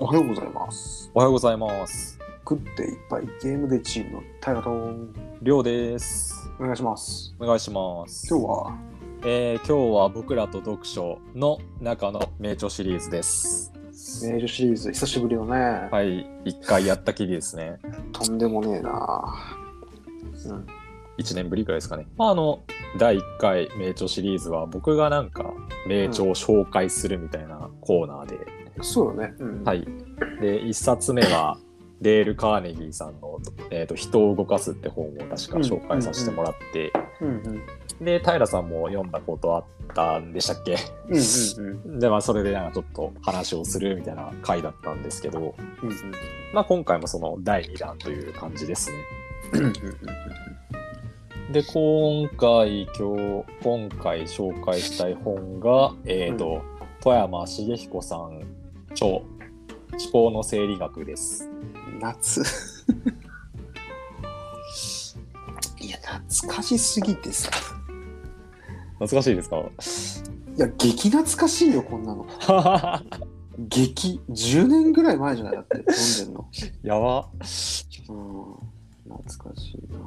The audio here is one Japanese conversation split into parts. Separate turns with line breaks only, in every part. はようございます。
おはようございます。
食っていっぱいゲームでチームの平とお
りょうです。
願いします。
お願いします。
今日は
えー今日は僕らと読書の中の名著シリーズです。
名著シリーズ久しぶりよね。
はい、一回やったきりですね。
とんでもねえな。うん。
一年ぶりぐらいですかね。まああの第一回名著シリーズは僕がなんか名著を紹介するみたいなコーナーで、
そうよね。うん。
はい。で一冊目はデール・カーネギーさんのえっ、と人を動かすって本を確か紹介させてもらって。
うんうん。
で平さんも読んだことあったんでしたっけ
うんうん
でまあそれでなんかちょっと話をするみたいな回だったんですけど
うん。うん
まあ今回もその第2弾という感じですね
うんうんうん
で今回今日今回紹介したい本がえっ、と、富山茂彦さん著思考の生理学です
うん夏。 いや懐かしすぎてさ。
懐かしいですか
いや激懐かしいよこんなの。激10年ぐらい前じゃないだって飲んでんの。
やば
うん懐かしいな。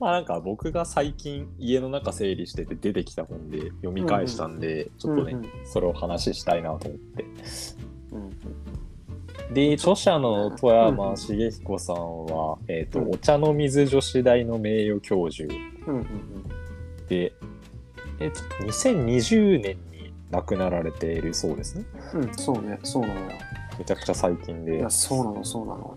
まあなんか僕が最近家の中整理してて出てきた本で読み返したんで、ちょっとね、
うんうん
それを話ししたいなと思って。
うん
で、著者の富
うんう
山
ん
茂彦さんは、えっ、と、
うん
お茶の水女子大の名誉教授
うんうんうん
で、えっ、と、2020年に亡くなられているそうですね。
うん、そうね、そうなのよ。
めちゃくちゃ最近
い
で
や、。そうなの、そうなの。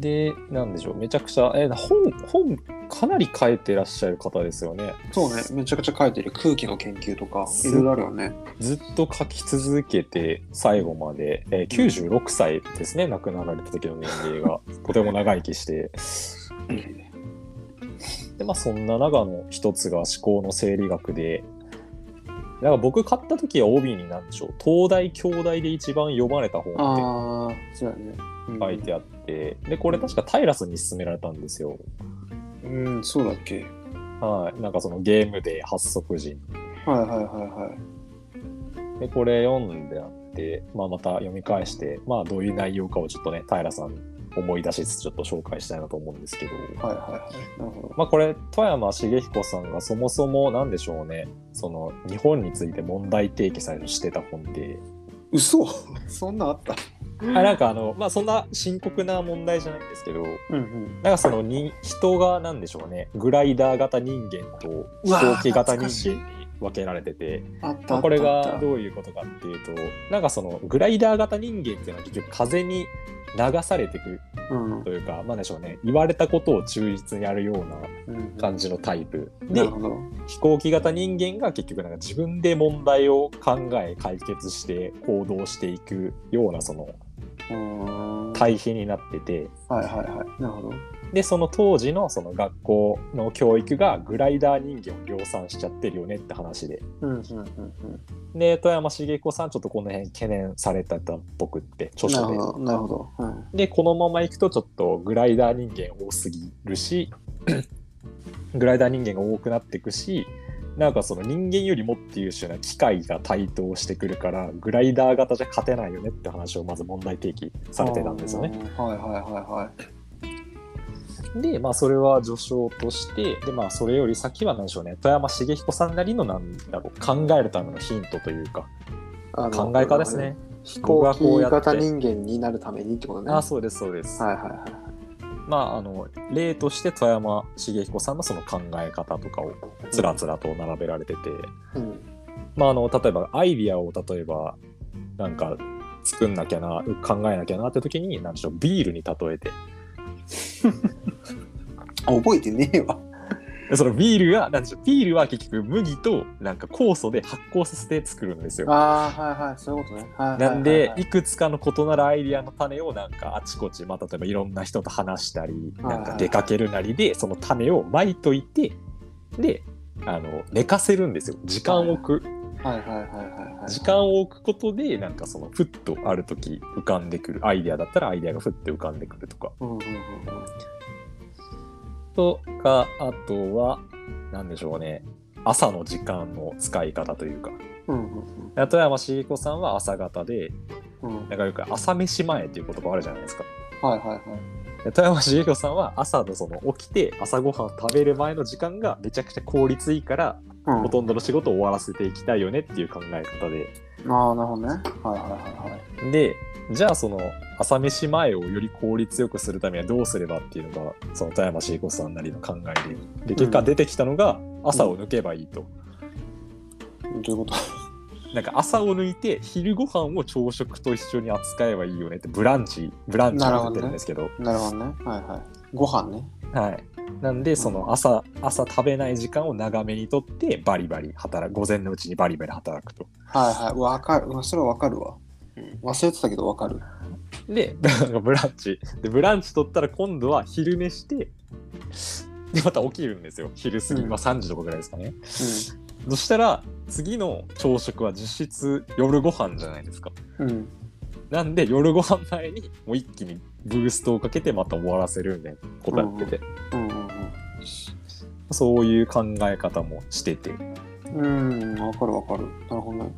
で、なんでしょう、めちゃくちゃ、えー本、本、かなり書いてらっしゃる方ですよね。
そうね、めちゃくちゃ書いてる空気の研究とか、いろいろあるよね。
ずっと書き続けて最後まで、えー96歳ですね亡くなられた時の年齢がとても長生きしてで、まあ、そんな中の一つが思考の生理学でなんか僕買った時は帯になんでしょう東大京大で一番読まれた本って
ああ、そうだね。うん
書いてあってでこれ確かタイラスに勧められたんですよ。
うん、そうだっけ。
はい、なんかそのゲームで発足人
はいはいはいはい。
でこれ読んであって、まあ、また読み返して、まあ、どういう内容かをちょっとね平さん思い出しつつちょっと紹介したいなと思うんですけど、
はいはいはい。なるほ
まあ、これ富山茂彦さんがそもそも何でしょうねその日本について問題提起さえしてた本で、
ど。嘘 そんなあった。
あなんかあの、まあ、そんな深刻な問題じゃないんですけど
うんうん。
なんかそのに人が何でしょうねグライダー型人間と
う
飛
わー
行機型
懐かしい
人間に分けられてて。
あったあったあ
ま
った。
あこれがどういうことかっていうとなんかそのグライダー型人間っていうのは結局風に流されてく
うん
というかまあなんでしょうね言われたことを忠実にやるような
うん。
感じのタイプ
な
で
るほど。
飛行機型人間が結局なんか自分で問題を考え解決して行動していくようなその
うんはい
対比になってて
はいはい。なるほど。
でその当時のその学校の教育がグライダー人間を量産しちゃってるよねって話で
うんうんうん
で富山茂子さんちょっとこの辺懸念されてたっぽくって
う
著
ん。なる
書で
ほど。なるほど。うん
でこのまま行くとちょっとグライダー人間多すぎるし グライダー人間が多くなっていくしなんかその人間よりもっていう秀な機械が台頭してくるからグライダー型じゃ勝てないよねって話をまず問題提起されてたんですよね。
うん。はいはいはいはい。
でまあそれは序章としてでまあそれより先は何でしょうね富山茂彦さんなりのなんだろう考えるためのヒントというか
あの
考え方ですね。。
飛行機型人間になるためにってことね。
あそうですそうです。
はいはいはい。
まあ、あの例として富山茂彦さんのその考え方とかをつらつらと並べられてて、
うん。
まあ、あの例えばアイディアを例えばなんか作んなきゃな考えなきゃなって時に何でしょうビールに例えて
覚えてねえわ。
でそのビールが何でしょうビールは結局麦となんか酵素で発酵させて作るんですよ。
ああ、はいはい、そういうことね。はいはいはい
なんでいくつかの異なるアイディアの種をなんかあちこち、まあ、例えばいろんな人と話したり
はい
なんか出かけるなりでその種をまいといてであの寝かせるんですよ時間を置く
はいはいはいはいはい。
時間を置くことでなんかそのふっとある時浮かんでくるアイデアだったらアイデアがふって浮かんでくるとか
うんうんうん
とかあとは何でしょうね朝の時間の使い方というか
うんうん
富山茂子さんは朝方で
うんうん
なんかよく朝飯前っていう言葉あるじゃないですか
はいはいはい
で富山茂子さんは朝のその起きて朝ごはん食べる前の時間がめちゃくちゃ効率いいから
うん
ほとんどの仕事を終わらせていきたいよねっていう考え方で
ああなるほどねはいはいはいはい
でじゃあその朝飯前をより効率よくするためにはどうすればっていうのがその富山茂子さんなりの考えでで結果出てきたのが朝を抜けばいいと、
どういうこと
なんか朝を抜いて昼ご飯を朝食と一緒に扱えばいいよねってブランチブランチって言ってるんですけど
なるほどねはいはいご飯ね
はいなんでその朝朝食べない時間を長めにとってバリバリ働く午前のうちにバリバリ働くと
はいはいわかるうわそれはわかるわうん忘れてたけどわかる
でなんかブランチでブランチ取ったら今度は昼寝してでまた起きるんですよ昼過ぎ、
うん
まあ3時とかぐらいですかねそしたら次の朝食は実質夜ご飯じゃないですか
うんうん
なんで夜ご飯前にもう一気にブーストをかけてまた終わらせるんでことやってて、
うん
そういう考え方もしてて
うんうんうんわかるわかるなるほどね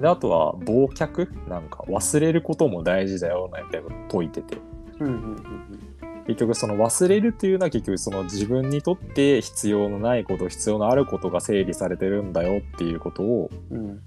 であとは忘却なんか忘れることも大事だよなんて解いてて
うんうんうん
結局その忘れるっていうのは結局その自分にとって必要のないこと必要のあることが整理されてるんだよっていうことを、
うん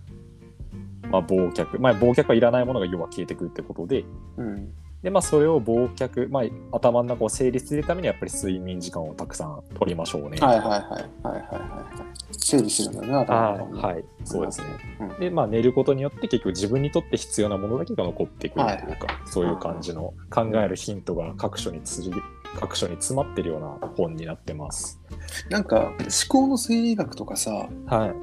まあ、忘却まあ忘却はいらないものが要は消えてくるってことで
うん
で、まあ、それを忘却、まあ、頭の中を整理するためにはやっぱり睡眠時間をたくさん取りましょうね。
はいはいはいはいはいはい整理してるんだよね頭の中に
はい、そうですね。
うん
で、まあ、寝ることによって結局自分にとって必要なものだけが残ってくるというか、そういう感じの考えるヒントが各所につり各所に詰まってるような本になってます。
なんか思考の生理学とかさ
はい、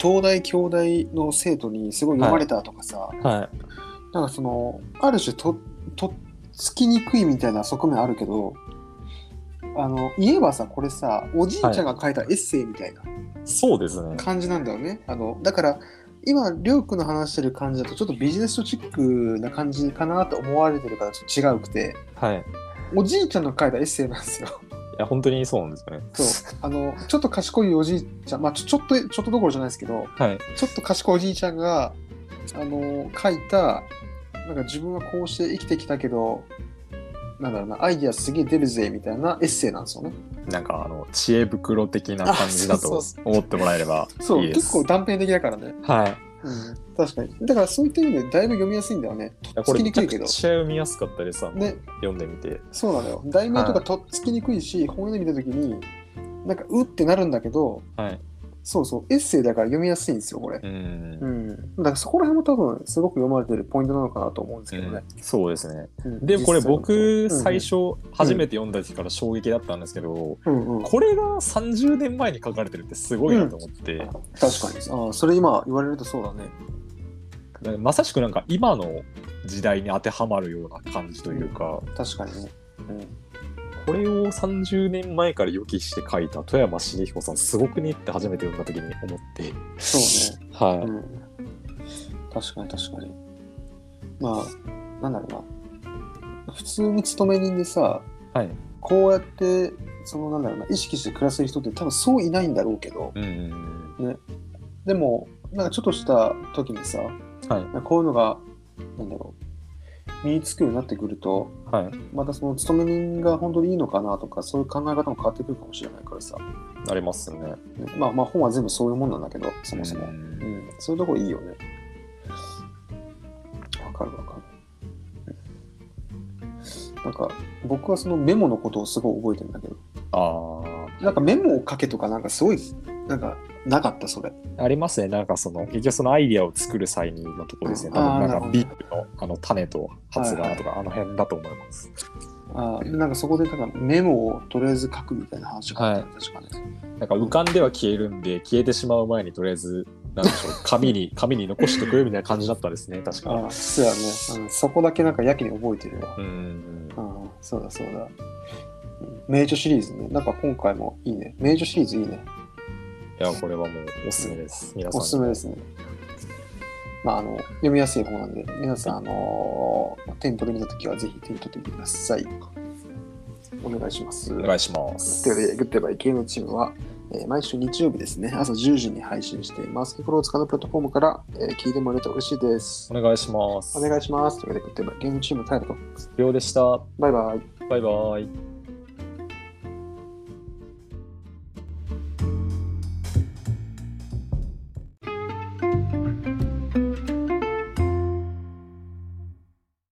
東大京大の生徒にすごい読まれたとかさ、
はい、
なんかそのある種ととっつきにくいみたいな側面あるけどあの言えばさこれさおじいちゃんが書いたエッセイみたいな
そうですね。
感じなんだよね、あのだから今りょうくんの話してる感じだとちょっとビジネスチックな感じかなと思われてるからちょっと違うくて
はい、い
おじいちゃんの書いたエッセイなんですよ。
や本当にそうなんですよね。
そうあのちょっと賢いおじいちゃん、まあ、ちょちょっとちょっとどころじゃないですけど
はい、
ちょっと賢いおじいちゃんがあの書いたなんか自分はこうして生きてきたけどなんだろうなアイディアすげえ出るぜみたいなエッセイなんですよね。
なんかあの知恵袋的な感じだ
あそ
と
うそ
思ってもらえれば
そう
いいです。
結構断片的だからね、
はい。
うん、確かにだからそういった意味でだいぶ読みやすいんだよね
い
と
や
っつ
こ
き
れめ
に
ち
く
ゃ
い
く
けど
ちゃ読みやすかったです。あの
ね
読んでみて。
そうなのよ題名とかとっつきにくいし、本読んでみた時になんかうってなるんだけど
はい。
そうそうエッセイだから読みやすいんですよこれ
う。ん
う。ん、だからそこら辺も多分すごく読まれてるポイントなのかなと思うんですけどね。
そうですね。
うん
で、これ
実際のと
僕、最初、初めて読んだ時から衝撃だったんですけど、
うんうん、
これが30年前に書かれてるってすごいなと思って、
確かにああそれ今言われるとそうだね
なんかまさしくなんか今の時代に当てはまるような感じというか、
確かにね、
これを30年前から予期して書いた富山茂彦さん、すごくねって初めて読んだ時に思って、
そうね、
はい。
うん、確かに確かにまあなんだろうな普通に勤め人でさ
はい。
こうやってそのなんだろうな意識して暮らせる人って多分そういないんだろうけど
うん。
でもなんかちょっとした時にさ、なんかこういうのがなんだろう身につくようになってくると
はい。
またその勤め人が本当にいいのかなとかそういう考え方も変わってくるかもしれないからさ、ね
ありますね。
まあまあ本は全部そういうもんなんだけどそもそも、
うん
うん、そういうとこいいよね。わかるわかる。なんか、僕はそのメモのことをすごい覚えてるんだけど、
あ
なんかメモを書けとか、なんかすごい、なんか、なかった、それ。
あ。ありますね。なんかその、結局そのアイディアを作る際にのところですね。
うん
多分
あー
な
なるほ
んか
ど
ビッグのあの種と発芽とか、あの辺だと思います。
あーなんかそこで、なんかメモをとりあえず書くみたいな話があった、確かね。
なんか浮かんでは消えるんで、消えてしまう前にとりあえず、なんでしょ う、紙に、紙に残しとくみたいな感じだったですね。確
あ
か。
あ、そうやね、うん。そこだけなんかやけに覚えてるわ。
うん。
うん、そうだそうだ。うん名著シリーズね。なんか今回もいいね。名著シリーズいいね。
いや、これはもうおすすめです。皆さん。
おすすめですね。まあ、あの読みやすい方なんで、皆さん、あの手に取り見たときはぜひ手に取ってみてください。お願いします。
お願いします。
ということで、グッドバイゲームチームは、えー毎週日曜日ですね、朝10時に配信しています。フォローを使うプラットフォームから、えー聞いてもらえると嬉しいです。
お願いします。
お願いします。というわけで、グッドバイゲームチームタイルと、
了でした。
バイバイ。
バイバイ。